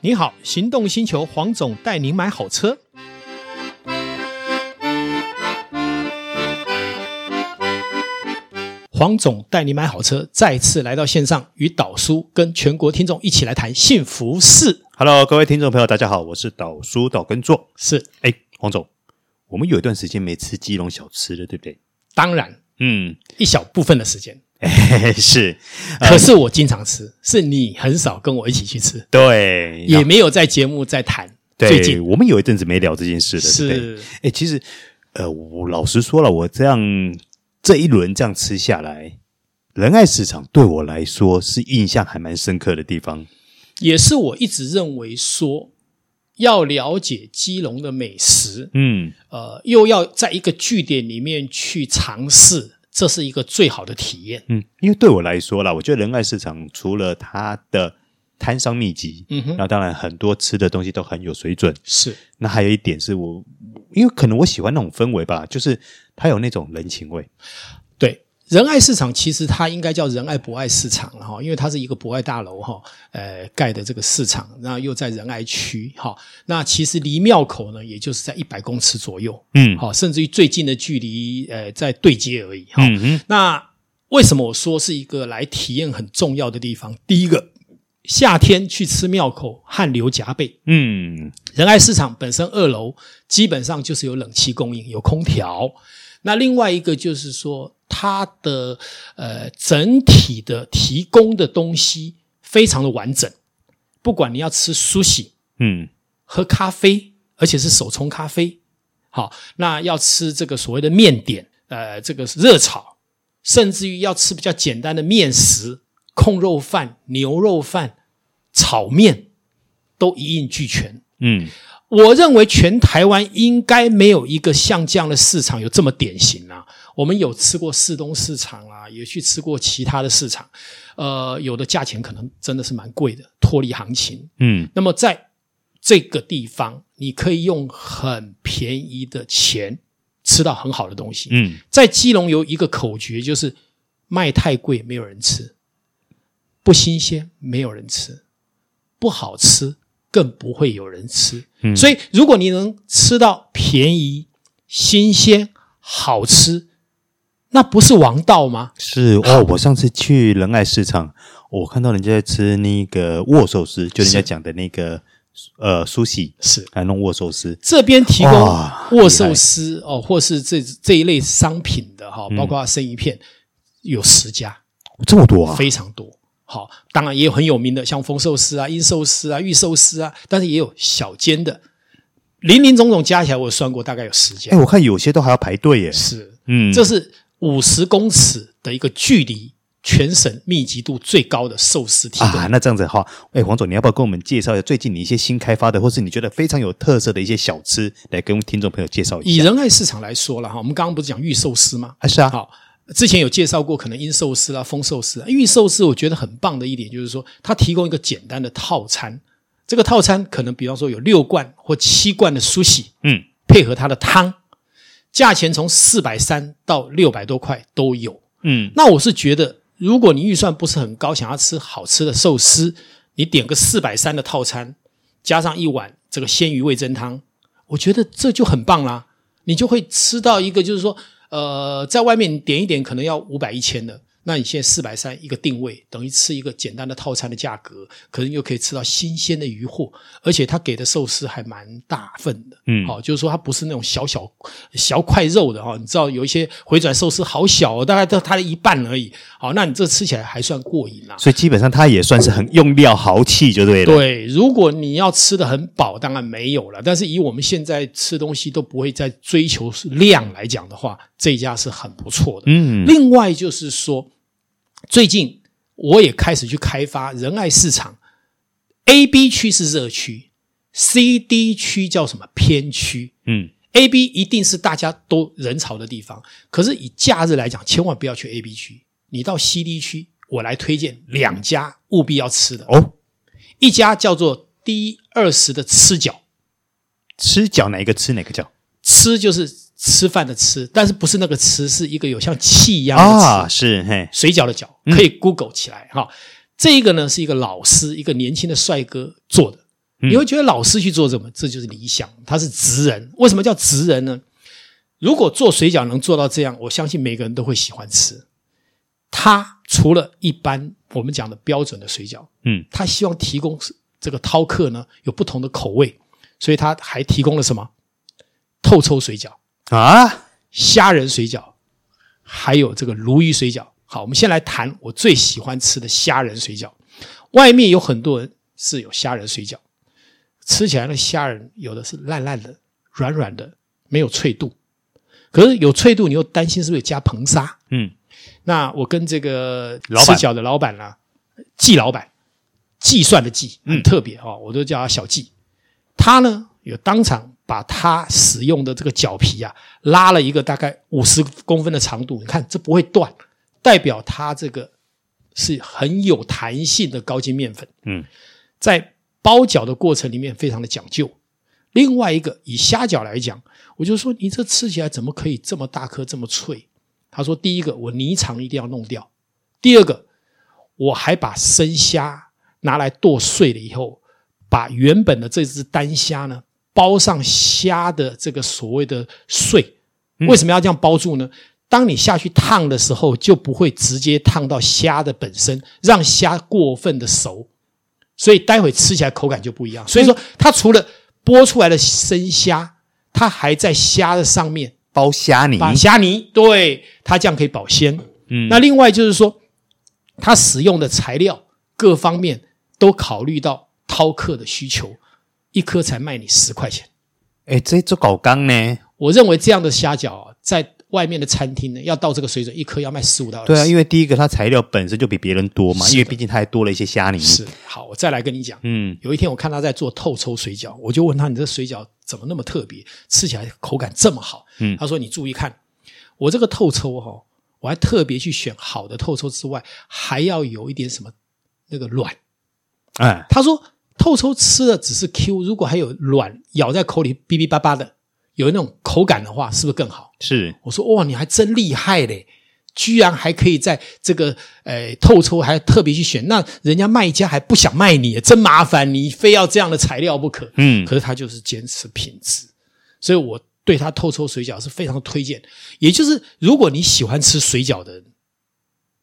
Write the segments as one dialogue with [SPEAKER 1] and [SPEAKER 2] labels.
[SPEAKER 1] 你好，行动星球黄总带您买好车。黄总带你买好车，再次来到线上，与导叔跟全国听众一起来谈幸福事。
[SPEAKER 2] Hello，各位听众朋友，大家好，我是导叔导根座。
[SPEAKER 1] 是，
[SPEAKER 2] 哎，黄总，我们有一段时间没吃基隆小吃了，对不对？
[SPEAKER 1] 当然
[SPEAKER 2] 嗯，
[SPEAKER 1] 一小部分的时间，
[SPEAKER 2] 哎，是，呃
[SPEAKER 1] 可是我经常吃，是你很少跟我一起去吃，
[SPEAKER 2] 对，
[SPEAKER 1] 也没有在节目在谈。最
[SPEAKER 2] 对，
[SPEAKER 1] 近
[SPEAKER 2] 我们有一阵子没聊这件事了，对不对？
[SPEAKER 1] 是
[SPEAKER 2] 哎，其实，呃，我老实说了，我这样这一轮这样吃下来，仁爱市场对我来说是印象还蛮深刻的地方。
[SPEAKER 1] 也是我一直认为说，要了解基隆的美食，
[SPEAKER 2] 嗯，
[SPEAKER 1] 呃，又要在一个据点里面去尝试，这是一个最好的体验。
[SPEAKER 2] 嗯，因为对我来说啦，我觉得仁爱市场除了它的摊商密集，
[SPEAKER 1] 嗯哼
[SPEAKER 2] 然后当然很多吃的东西都很有水准。
[SPEAKER 1] 是
[SPEAKER 2] 那还有一点是我，因为可能我喜欢那种氛围吧，就是它有那种人情味。
[SPEAKER 1] 对仁爱市场，其实它应该叫仁爱博爱市场了哈，因为它是一个博爱大楼哈，呃盖的这个市场，那又在仁爱区哈，那其实离庙口呢，也就是在一百公尺左右，
[SPEAKER 2] 嗯
[SPEAKER 1] 好，甚至于最近的距离，呃，在对接而已哈。
[SPEAKER 2] 嗯哼，
[SPEAKER 1] 那为什么我说是一个来体验很重要的地方？第一个，夏天去吃庙口，汗流浃背。
[SPEAKER 2] 嗯，
[SPEAKER 1] 仁爱市场本身二楼基本上就是有冷气供应，有空调。那另外一个就是说，它的呃整体的提供的东西非常的完整，不管你要吃苏喜、
[SPEAKER 2] 嗯，
[SPEAKER 1] 喝咖啡，而且是手冲咖啡。好，那要吃这个所谓的面点，呃，这个是热炒，甚至于要吃比较简单的面食，控肉饭、牛肉饭、炒面，都一应俱全。
[SPEAKER 2] 嗯，
[SPEAKER 1] 我认为全台湾应该没有一个像这样的市场有这么典型啊。我们有吃过市东市场啊，也去吃过其他的市场，呃，有的价钱可能真的是蛮贵的，脱离行情。
[SPEAKER 2] 嗯，
[SPEAKER 1] 那么在这个地方，你可以用很便宜的钱吃到很好的东西。
[SPEAKER 2] 嗯，
[SPEAKER 1] 在基隆有一个口诀，就是卖太贵没有人吃，不新鲜没有人吃，不好吃更不会有人吃。
[SPEAKER 2] 嗯
[SPEAKER 1] 所以，如果你能吃到便宜、新鲜、好吃，那不是王道吗？
[SPEAKER 2] 是哦。我上次去仁爱市场，我看到人家在吃那个握寿司，就人家
[SPEAKER 1] 是
[SPEAKER 2] 讲的那个呃苏喜，
[SPEAKER 1] 是。
[SPEAKER 2] 还弄握寿司。
[SPEAKER 1] 这边提供
[SPEAKER 2] 哇
[SPEAKER 1] 握寿司哦，或是这这一类商品的
[SPEAKER 2] 嗯
[SPEAKER 1] 哈，包括生鱼片，有十家，
[SPEAKER 2] 这么多啊！
[SPEAKER 1] 非常多。好，当然也有很有名的，像丰寿司啊、阴寿司啊、玉寿司啊，但是也有小间的，林林总总加起来，我算过大概有十家
[SPEAKER 2] 哎、。我看有些都还要排队耶。
[SPEAKER 1] 是，
[SPEAKER 2] 嗯，
[SPEAKER 1] 这是五十公尺的一个距离，全省密集度最高的寿司提供
[SPEAKER 2] 啊，。那这样子的话，哎、黄总，你要不要跟我们介绍一下最近你一些新开发的，或是你觉得非常有特色的一些小吃，来跟听众朋友介绍一
[SPEAKER 1] 以
[SPEAKER 2] 下？
[SPEAKER 1] 仁爱市场来说了哈，我们刚刚不是讲玉寿司吗？
[SPEAKER 2] 啊，是啊，
[SPEAKER 1] 好，之前有介绍过，可能因寿司啦、丰寿司、啊、玉寿司，我觉得很棒的一点就是说，它提供一个简单的套餐。这个套餐可能比方说有六罐或七罐的苏喜，
[SPEAKER 2] 嗯，
[SPEAKER 1] 配合它的汤，价钱从四百三到六百多块都有。
[SPEAKER 2] 嗯
[SPEAKER 1] 那我是觉得，如果你预算不是很高，想要吃好吃的寿司，你点个四百三的套餐，加上一碗这个鲜鱼味噌汤，我觉得这就很棒啦。你就会吃到一个，就是说，呃，在外面你点一点可能要五百一千的，那你现在四百三一个定位，等于吃一个简单的套餐的价格，可能又可以吃到新鲜的鱼货，而且他给的寿司还蛮大份的。
[SPEAKER 2] 嗯
[SPEAKER 1] 好、哦就是说它不是那种小小小块肉的哈、哦你知道有一些回转寿司好小、哦，大概到它的一半而已。好、那你这吃起来还算过瘾啦、
[SPEAKER 2] 所以基本上它也算是很用料豪气，就对了。，
[SPEAKER 1] 对，如果你要吃的很饱，当然没有了。但是以我们现在吃东西都不会再追求量来讲的话，这一家是很不错的。
[SPEAKER 2] 嗯
[SPEAKER 1] 另外就是说，最近我也开始去开发仁爱市场，A、B 区是热区，C、D 区叫什么偏区
[SPEAKER 2] 嗯，
[SPEAKER 1] ？A、B 一定是大家都人潮的地方，可是以假日来讲，千万不要去 A、B 区，你到 C、D 区，我来推荐两家务必要吃的，
[SPEAKER 2] 哦，
[SPEAKER 1] 一家叫做 D 二十的吃饺，
[SPEAKER 2] 吃饺哪一个吃哪个饺
[SPEAKER 1] 吃就是吃饭的吃，但是不是那个吃，是一个有像气一样的吃。
[SPEAKER 2] 啊？是嘿，
[SPEAKER 1] 水饺的饺，可以 Google 起来哈、这一个呢是一个老师，一个年轻的帅哥做的，你会觉得老师去做什么，这就是理想，他是职人。为什么叫职人呢？如果做水饺能做到这样，我相信每个人都会喜欢吃。他除了一般我们讲的标准的水饺，
[SPEAKER 2] 嗯，
[SPEAKER 1] 他希望提供这个饕客呢有不同的口味，所以他还提供了什么透抽水饺、
[SPEAKER 2] 啊，
[SPEAKER 1] 虾仁水饺，还有这个鲈鱼水饺。好，我们先来谈我最喜欢吃的虾仁水饺。外面有很多人是有虾仁水饺，吃起来的虾仁有的是烂烂的、软软的，没有脆度。可是有脆度，你又担心是不是有加硼砂？
[SPEAKER 2] 嗯，
[SPEAKER 1] 那我跟这个
[SPEAKER 2] 老
[SPEAKER 1] 吃
[SPEAKER 2] 板
[SPEAKER 1] 饺的老板啦、啊季老板，计算的计，
[SPEAKER 2] 嗯
[SPEAKER 1] 很特别哦，我都叫他小季。他呢，有当场把他使用的这个饺皮啊，拉了一个大概五十公分的长度，你看这不会断，代表他这个是很有弹性的高筋面粉。
[SPEAKER 2] 嗯，
[SPEAKER 1] 在包饺的过程里面非常的讲究。另外一个以虾饺来讲，我就说你这吃起来怎么可以这么大颗这么脆？他说：第一个，我泥肠一定要弄掉；第二个，我还把生虾拿来剁碎了以后，把原本的这只单虾呢包上虾的这个所谓的碎。为什么要这样包住呢？当你下去烫的时候，就不会直接烫到虾的本身，让虾过分的熟，所以待会吃起来口感就不一样。所以说，它除了剥出来的生虾，它还在虾的上面
[SPEAKER 2] 包虾泥，
[SPEAKER 1] 把虾泥，对它这样可以保鲜。
[SPEAKER 2] 嗯
[SPEAKER 1] 那另外就是说，它使用的材料各方面都考虑到饕客的需求，一颗才卖你十块钱。
[SPEAKER 2] 哎，这做搞缸呢？
[SPEAKER 1] 我认为这样的虾饺啊，在外面的餐厅呢，要到这个水准，一颗要卖十五到二十。
[SPEAKER 2] 对啊，因为第一个它材料本身就比别人多嘛，
[SPEAKER 1] 是的
[SPEAKER 2] 因为毕竟它还多了一些虾泥。
[SPEAKER 1] 是好，我再来跟你讲。
[SPEAKER 2] 嗯，
[SPEAKER 1] 有一天我看他在做透抽水饺，我就问他：“你这水饺怎么那么特别，吃起来口感这么好？”
[SPEAKER 2] 嗯
[SPEAKER 1] 他说：“你注意看，我这个透抽哈、哦，我还特别去选好的透抽之外，还要有一点什么那个卵。
[SPEAKER 2] 哎”，
[SPEAKER 1] 他说：“透抽吃的只是 Q，如果还有卵咬在口里哔哔叭叭的，有那种口感的话，是不是更好？”
[SPEAKER 2] 是，
[SPEAKER 1] 我说：“哇，你还真厉害嘞！”居然还可以在这个呃透抽，还特别去选，那人家卖家还不想卖你，真麻烦，你非要这样的材料不可。
[SPEAKER 2] 嗯，
[SPEAKER 1] 可是他就是坚持品质，所以我对他透抽水饺是非常推荐。也就是如果你喜欢吃水饺的人，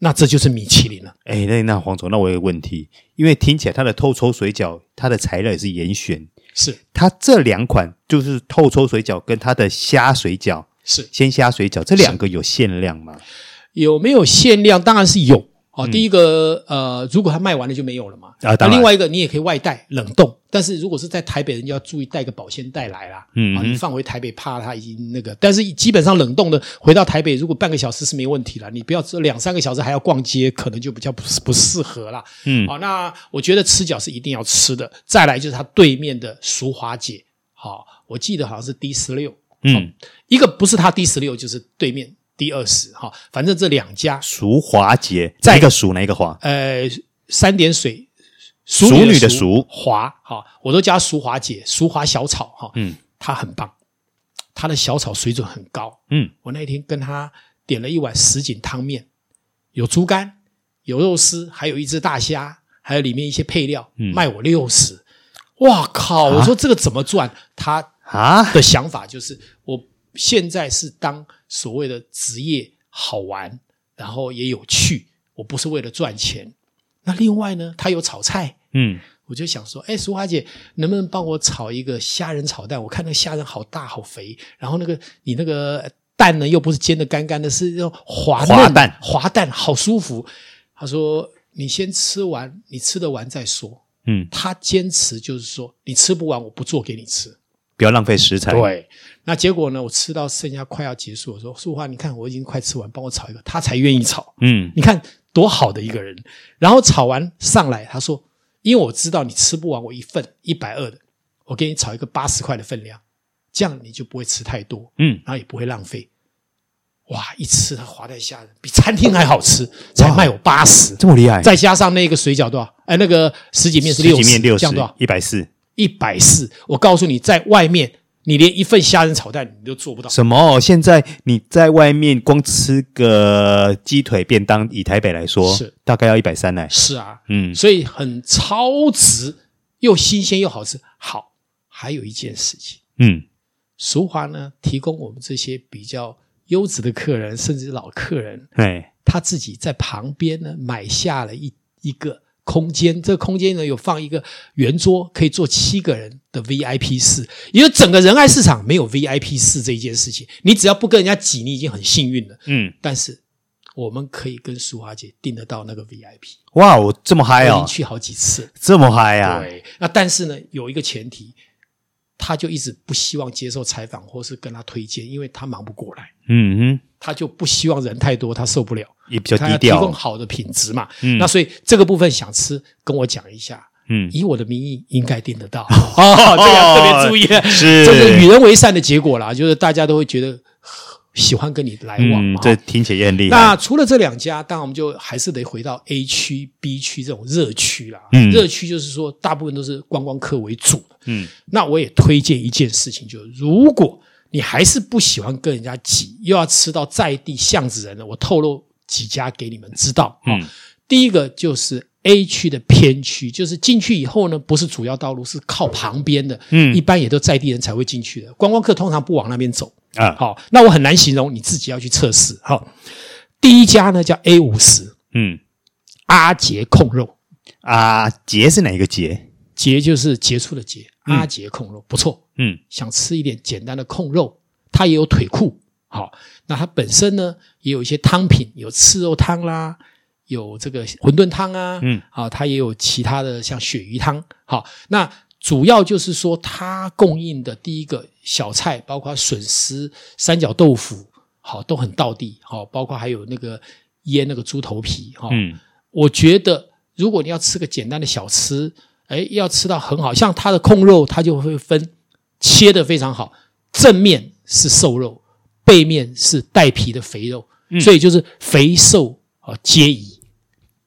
[SPEAKER 1] 那这就是米其林了。
[SPEAKER 2] 哎，那那黄总，那我有个问题，因为听起来它的透抽水饺，它的材料也是严选，
[SPEAKER 1] 是
[SPEAKER 2] 它这两款就是透抽水饺跟它的虾水饺、
[SPEAKER 1] 是，
[SPEAKER 2] 鲜虾水饺这两个有限量吗？
[SPEAKER 1] 有没有限量？当然是有。哦，第一个、呃，如果它卖完了就没有了嘛。
[SPEAKER 2] 嗯啊当然
[SPEAKER 1] 那另外一个你也可以外带冷冻，但是如果是在台北，人就要注意带个保鲜袋来啦。
[SPEAKER 2] 嗯
[SPEAKER 1] 啊，你放回台北怕它已经那个，但是基本上冷冻的回到台北，如果半个小时是没问题了，你不要这两三个小时还要逛街，可能就比较不不适合啦。
[SPEAKER 2] 嗯
[SPEAKER 1] 好、那我觉得吃饺是一定要吃的。再来就是它对面的淑华姐，好、我记得好像是 D 十六，
[SPEAKER 2] 嗯，
[SPEAKER 1] 一个不是它 D 十六，就是对面 D 二十，哈，反正这两家
[SPEAKER 2] 俗华节，
[SPEAKER 1] 在
[SPEAKER 2] 哪一个俗哪一个华？
[SPEAKER 1] 呃，三点水，淑
[SPEAKER 2] 淑女的
[SPEAKER 1] 淑
[SPEAKER 2] 淑
[SPEAKER 1] 华，哈、我都叫她淑华姐，淑华小炒，哈、
[SPEAKER 2] 嗯
[SPEAKER 1] 她很棒，她的小炒水准很高。
[SPEAKER 2] 嗯，
[SPEAKER 1] 我那天跟她点了一碗什锦汤面，有猪肝，有肉丝，还有一只大虾，还有里面一些配料，
[SPEAKER 2] 嗯
[SPEAKER 1] 卖我六十。哇靠！我说这个怎么赚？她
[SPEAKER 2] 啊，
[SPEAKER 1] 的想法就是，我现在是当所谓的职业好玩，然后也有趣，我不是为了赚钱。那另外呢，他有炒菜，
[SPEAKER 2] 嗯，
[SPEAKER 1] 我就想说，哎，淑华姐，能不能帮我炒一个虾仁炒蛋？我看那个虾仁好大好肥，然后那个你那个呃蛋呢，又不是煎的干干的，是用滑嫩
[SPEAKER 2] 滑蛋，
[SPEAKER 1] 滑蛋好舒服。他说，你先吃完，你吃得完再说。
[SPEAKER 2] 嗯，
[SPEAKER 1] 他坚持就是说，你吃不完，我不做给你吃。
[SPEAKER 2] 不要浪费食材。，
[SPEAKER 1] 对，那结果呢？我吃到剩下快要结束，我说：“淑华，你看我已经快吃完，帮我炒一个。”他才愿意炒，
[SPEAKER 2] 嗯
[SPEAKER 1] 你看多好的一个人。然后炒完上来，他说：“因为我知道你吃不完我一份一百二的，我给你炒一个八十块的分量，这样你就不会吃太多，
[SPEAKER 2] 嗯，
[SPEAKER 1] 然后也不会浪费。”哇！一吃它滑蛋虾仁比餐厅还好吃，才卖我八十，
[SPEAKER 2] 这么厉害，
[SPEAKER 1] 再加上那个水饺多少？哎，那个十几面是六
[SPEAKER 2] 十几面六
[SPEAKER 1] 这
[SPEAKER 2] 十
[SPEAKER 1] 样多少？，
[SPEAKER 2] 一百四，
[SPEAKER 1] 一百四，我告诉你，在外面你连一份虾仁炒蛋你都做不到。
[SPEAKER 2] 什么？现在你在外面光吃个鸡腿便当，以台北来说，
[SPEAKER 1] 是
[SPEAKER 2] 大概要一百三来。
[SPEAKER 1] 是啊，
[SPEAKER 2] 嗯
[SPEAKER 1] 所以很超值。又新鲜又好吃。好，还有一件事情，
[SPEAKER 2] 嗯，
[SPEAKER 1] 俗华呢提供我们这些比较优质的客人，甚至老客人，
[SPEAKER 2] 哎，
[SPEAKER 1] 他自己在旁边呢买下了一一个空间，这个空间呢有放一个圆桌，可以坐七个人的 VIP 室，也就整个仁爱市场没有 VIP 室这一件事情，你只要不跟人家挤，你已经很幸运了。
[SPEAKER 2] 嗯，
[SPEAKER 1] 但是我们可以跟淑华姐订得到那个 VIP，
[SPEAKER 2] 哇，我这么嗨
[SPEAKER 1] 我已经
[SPEAKER 2] 哦，
[SPEAKER 1] 去好几次了。
[SPEAKER 2] 这么嗨啊，
[SPEAKER 1] 对，那但是呢，有一个前提，他就一直不希望接受采访或是跟他推荐，因为他忙不过来，
[SPEAKER 2] 嗯
[SPEAKER 1] 他就不希望人太多，他受不了。
[SPEAKER 2] 哼，也比较
[SPEAKER 1] 他要
[SPEAKER 2] 低
[SPEAKER 1] 提供
[SPEAKER 2] 调，
[SPEAKER 1] 好的品质嘛。
[SPEAKER 2] 嗯
[SPEAKER 1] 那所以这个部分想吃，跟我讲一下，
[SPEAKER 2] 嗯，
[SPEAKER 1] 以我的名义应该订得 到。 哦，这个要特别注意，
[SPEAKER 2] 哦是
[SPEAKER 1] 这个与人为善的结果啦，就是大家都会觉得呵喜欢跟你来往
[SPEAKER 2] 嗯
[SPEAKER 1] 嘛，。
[SPEAKER 2] 这
[SPEAKER 1] 哦
[SPEAKER 2] 听起来也很厉
[SPEAKER 1] 那
[SPEAKER 2] 害，
[SPEAKER 1] 除了这两家，当然我们就还是得回到 A 区、B 区这种热区啦。
[SPEAKER 2] 嗯
[SPEAKER 1] 热区就是说，大部分都是观光客为主的。
[SPEAKER 2] 嗯
[SPEAKER 1] 那我也推荐一件事情，就是如果你还是不喜欢跟人家挤，又要吃到在地巷子人了，我透露几家给你们知道。哦
[SPEAKER 2] 嗯
[SPEAKER 1] 第一个就是 A 区的偏区，就是进去以后呢，不是主要道路，是靠旁边的，
[SPEAKER 2] 嗯
[SPEAKER 1] 一般也都在地人才会进去的，观光客通常不往那边走。
[SPEAKER 2] 啊，
[SPEAKER 1] 好，那我很难形容，你自己要去测试。好，第一家呢叫 A 五十
[SPEAKER 2] 嗯
[SPEAKER 1] 阿杰控肉，
[SPEAKER 2] 啊，杰是哪一个杰？
[SPEAKER 1] 杰就是杰出的杰，阿杰控肉不错，
[SPEAKER 2] 嗯
[SPEAKER 1] 想吃一点简单的控肉，它也有腿裤。好，那它本身呢也有一些汤品，有赤肉汤啦，有这个馄饨汤啊，
[SPEAKER 2] 嗯，
[SPEAKER 1] 啊，它也有其他的像鳕鱼汤。好，那主要就是说它供应的第一个小菜，包括笋丝、三角豆腐，好，都很道地。好，包括还有那个腌那个猪头皮，哈、
[SPEAKER 2] 嗯
[SPEAKER 1] 我觉得如果你要吃个简单的小吃，哎，要吃到很好，像它的控肉，它就会分切的非常好，正面是瘦肉，背面是带皮的肥肉，
[SPEAKER 2] 嗯
[SPEAKER 1] 所以就是肥瘦啊皆宜。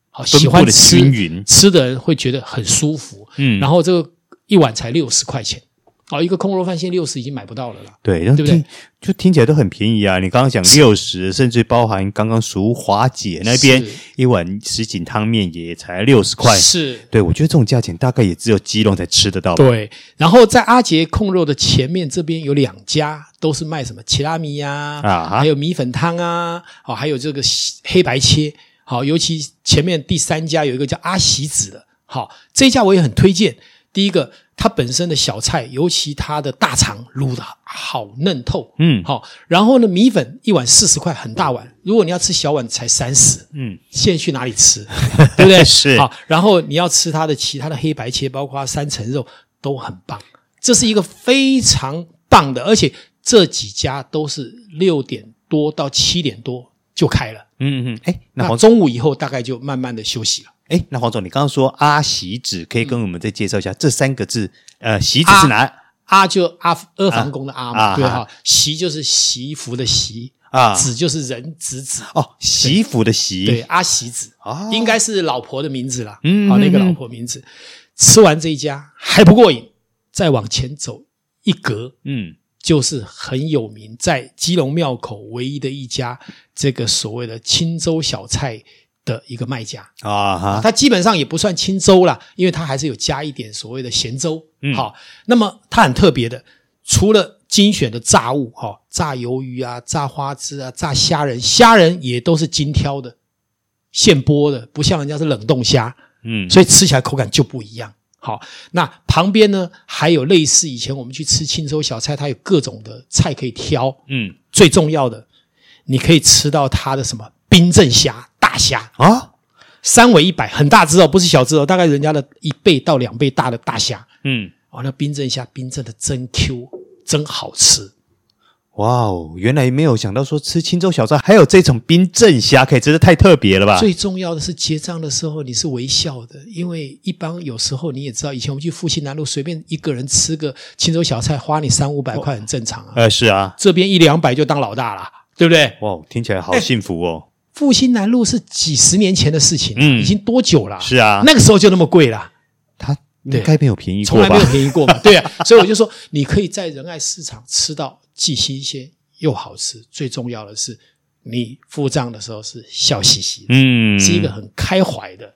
[SPEAKER 1] 好，
[SPEAKER 2] 分布
[SPEAKER 1] 喜欢
[SPEAKER 2] 得
[SPEAKER 1] 吃
[SPEAKER 2] 均匀
[SPEAKER 1] 吃的人会觉得很舒服。
[SPEAKER 2] 嗯，
[SPEAKER 1] 然后这个一碗才六十块钱，哦，一个空肉饭现在六十已经买不到了啦。
[SPEAKER 2] 对，然
[SPEAKER 1] 对
[SPEAKER 2] 后
[SPEAKER 1] 不
[SPEAKER 2] 听就听起来都很便宜啊！你刚刚讲六十，甚至包含刚刚熟华姐那边
[SPEAKER 1] 是
[SPEAKER 2] 一碗什锦汤面也才六十块。
[SPEAKER 1] 是，
[SPEAKER 2] 对，我觉得这种价钱大概也只有基隆才吃得到吧。
[SPEAKER 1] 对，然后在阿杰控肉的前面这边有两家，都是卖什么奇拉米呀、
[SPEAKER 2] 啊哈
[SPEAKER 1] 还有米粉汤啊，哦，还有这个西黑白切。好，尤其前面第三家有一个叫阿喜子的，好，这一家我也很推荐。第一个，它本身的小菜，尤其它的大肠卤的好嫩透，
[SPEAKER 2] 嗯
[SPEAKER 1] 好、然后呢，米粉一碗四十块，很大碗，如果你要吃小碗才三十，
[SPEAKER 2] 嗯，
[SPEAKER 1] 现在去哪里 吃，对不对？
[SPEAKER 2] 是
[SPEAKER 1] 好，然后你要吃它的其他的黑白切，包括它三层肉都很棒，这是一个非常棒的，而且这几家都是六点多到七点多就开了，
[SPEAKER 2] 嗯嗯，哎，那
[SPEAKER 1] 那
[SPEAKER 2] 黄
[SPEAKER 1] 中午以后大概就慢慢的休息了。
[SPEAKER 2] 哎，那黄总，你刚刚说阿喜子，可以跟我们再介绍一下这三个字？呃，喜子是哪
[SPEAKER 1] 阿啊就阿阿房宫的阿嘛，
[SPEAKER 2] 啊
[SPEAKER 1] 对
[SPEAKER 2] 啊
[SPEAKER 1] 哈、习就是习服的习，
[SPEAKER 2] 啊？
[SPEAKER 1] 子就是人子子，
[SPEAKER 2] 哦，媳妇的媳。
[SPEAKER 1] 对，阿喜子，
[SPEAKER 2] 啊，
[SPEAKER 1] 应该是老婆的名字啦，
[SPEAKER 2] 嗯
[SPEAKER 1] 哦嗯，好，那个老婆名字。吃完这一家还不过瘾，再往前走一格，
[SPEAKER 2] 嗯
[SPEAKER 1] 就是很有名，在基隆庙口唯一的一家这个所谓的青州小菜的一个卖家。
[SPEAKER 2] 啊哈，
[SPEAKER 1] 它基本上也不算清粥啦，因为它还是有加一点所谓的咸粥。
[SPEAKER 2] 嗯
[SPEAKER 1] 好，那么它很特别的，除了精选的炸物，哈、炸鱿鱼啊，炸花枝啊，炸虾仁，虾仁也都是精挑的，现剥的，不像人家是冷冻虾，
[SPEAKER 2] 嗯，
[SPEAKER 1] 所以吃起来口感就不一样。好，那旁边呢还有类似以前我们去吃清粥小菜，它有各种的菜可以挑。
[SPEAKER 2] 嗯
[SPEAKER 1] 最重要的，你可以吃到它的什么冰镇虾、大虾。
[SPEAKER 2] 啊，
[SPEAKER 1] 三尾一百，很大只哦，不是小只哦，大概人家的一倍到两倍大的大虾。
[SPEAKER 2] 嗯，
[SPEAKER 1] 哦，那冰镇虾冰镇的真 Q，真好吃。
[SPEAKER 2] 哇哦，原来没有想到说吃青州小菜还有这种冰镇虾，可以真是太特别了吧？
[SPEAKER 1] 最重要的是结账的时候你是微笑的，因为一般有时候你也知道，以前我们去复兴南路随便一个人吃个青州小菜，花你三五百块很正常啊。
[SPEAKER 2] 呃，是啊，
[SPEAKER 1] 这边一两百就当老大啦，对不对？
[SPEAKER 2] 哇，哦听起来好幸福哦。
[SPEAKER 1] 复兴南路是几十年前的事情，
[SPEAKER 2] 嗯
[SPEAKER 1] 已经多久了？
[SPEAKER 2] 是啊，
[SPEAKER 1] 那个时候就那么贵啦。
[SPEAKER 2] 它应该没有便宜
[SPEAKER 1] 从
[SPEAKER 2] 过
[SPEAKER 1] 来
[SPEAKER 2] 吧
[SPEAKER 1] 没有？便宜过 嘛，对啊，所以我就说，你可以在仁爱市场吃到既新鲜又好吃，最重要的是，你付账的时候是笑嘻嘻的，
[SPEAKER 2] 嗯，
[SPEAKER 1] 是一个很开怀的，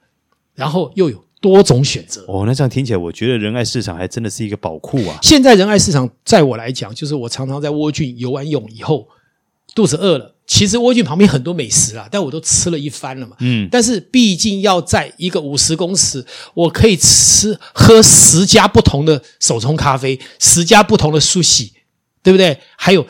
[SPEAKER 1] 然后又有多种选择。
[SPEAKER 2] 哦，那这样听起来，我觉得仁爱市场还真的是一个宝库啊。
[SPEAKER 1] 现在仁爱市场，在我来讲，就是我常常在蜗郡游完泳以后，肚子饿了。其实蜗郡旁边很多美食啊，但我都吃了一番了嘛。
[SPEAKER 2] 嗯，
[SPEAKER 1] 但是毕竟要在一个五十公尺，我可以吃喝十家不同的手冲咖啡，十家不同的苏洗，对不对？还有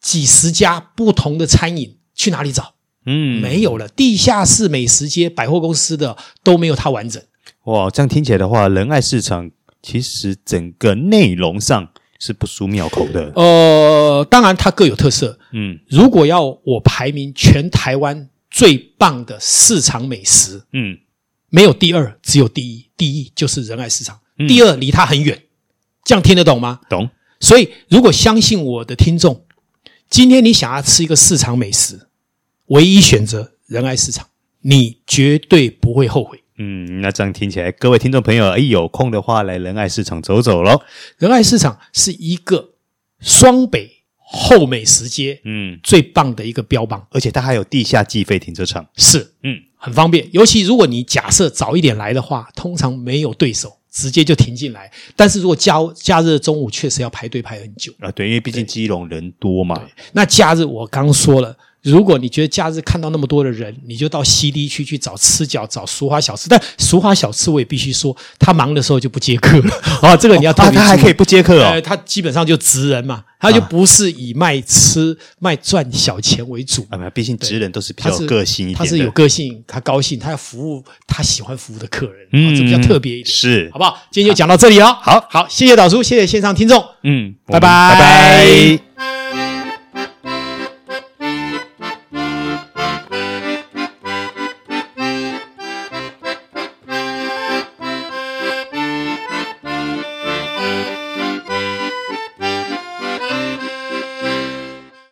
[SPEAKER 1] 几十家不同的餐饮，去哪里找？
[SPEAKER 2] 嗯，
[SPEAKER 1] 没有了，地下室美食街、百货公司的都没有它完整。
[SPEAKER 2] 哇，哦这样听起来的话，仁爱市场其实整个内容上是不输庙口的。
[SPEAKER 1] 呃，当然它各有特色。
[SPEAKER 2] 嗯
[SPEAKER 1] 如果要我排名全台湾最棒的市场美食，
[SPEAKER 2] 嗯，
[SPEAKER 1] 没有第二，只有第一。第一就是仁爱市场，第二离它很远。这样听得懂吗？
[SPEAKER 2] 懂。
[SPEAKER 1] 所以，如果相信我的听众，今天你想要吃一个市场美食，唯一选择仁爱市场，你绝对不会后悔。
[SPEAKER 2] 嗯，那这样听起来，各位听众朋友，一有空的话来仁爱市场走走喽。
[SPEAKER 1] 仁爱市场是一个双北后美食街
[SPEAKER 2] 嗯，
[SPEAKER 1] 最棒的一个标榜，
[SPEAKER 2] 而且它还有地下计费停车场。
[SPEAKER 1] 是
[SPEAKER 2] 嗯，
[SPEAKER 1] 很方便。尤其如果你假设早一点来的话，通常没有对手，直接就停进来。但是如果假假日中午确实要排队排很久。
[SPEAKER 2] 啊，对，因为毕竟基隆人多嘛。
[SPEAKER 1] 哎那假日我刚说了，如果你觉得假日看到那么多的人，你就到西堤区去找吃脚，找俗华小吃。但俗华小吃我也必须说，他忙的时候就不接客了 啊，这个你要特
[SPEAKER 2] 啊，
[SPEAKER 1] 别注意、
[SPEAKER 2] 它还可以不接客
[SPEAKER 1] 呃，
[SPEAKER 2] 哦。
[SPEAKER 1] 他基本上就职人嘛，他就
[SPEAKER 2] 啊
[SPEAKER 1] 不是以卖吃、卖赚小钱为主，
[SPEAKER 2] 啊，毕竟职人都是比
[SPEAKER 1] 他
[SPEAKER 2] 较
[SPEAKER 1] 是
[SPEAKER 2] 有个性一点
[SPEAKER 1] 他
[SPEAKER 2] 的，
[SPEAKER 1] 是有个性，他高兴，他要服务他喜欢服务的客人，
[SPEAKER 2] 嗯
[SPEAKER 1] 啊，这比较特别一点，
[SPEAKER 2] 是
[SPEAKER 1] 好不好？今天就讲到这里了，
[SPEAKER 2] 好
[SPEAKER 1] 好，谢谢导叔，谢谢线上听众，
[SPEAKER 2] 嗯，我
[SPEAKER 1] 拜
[SPEAKER 2] 们
[SPEAKER 1] 拜
[SPEAKER 2] 拜拜。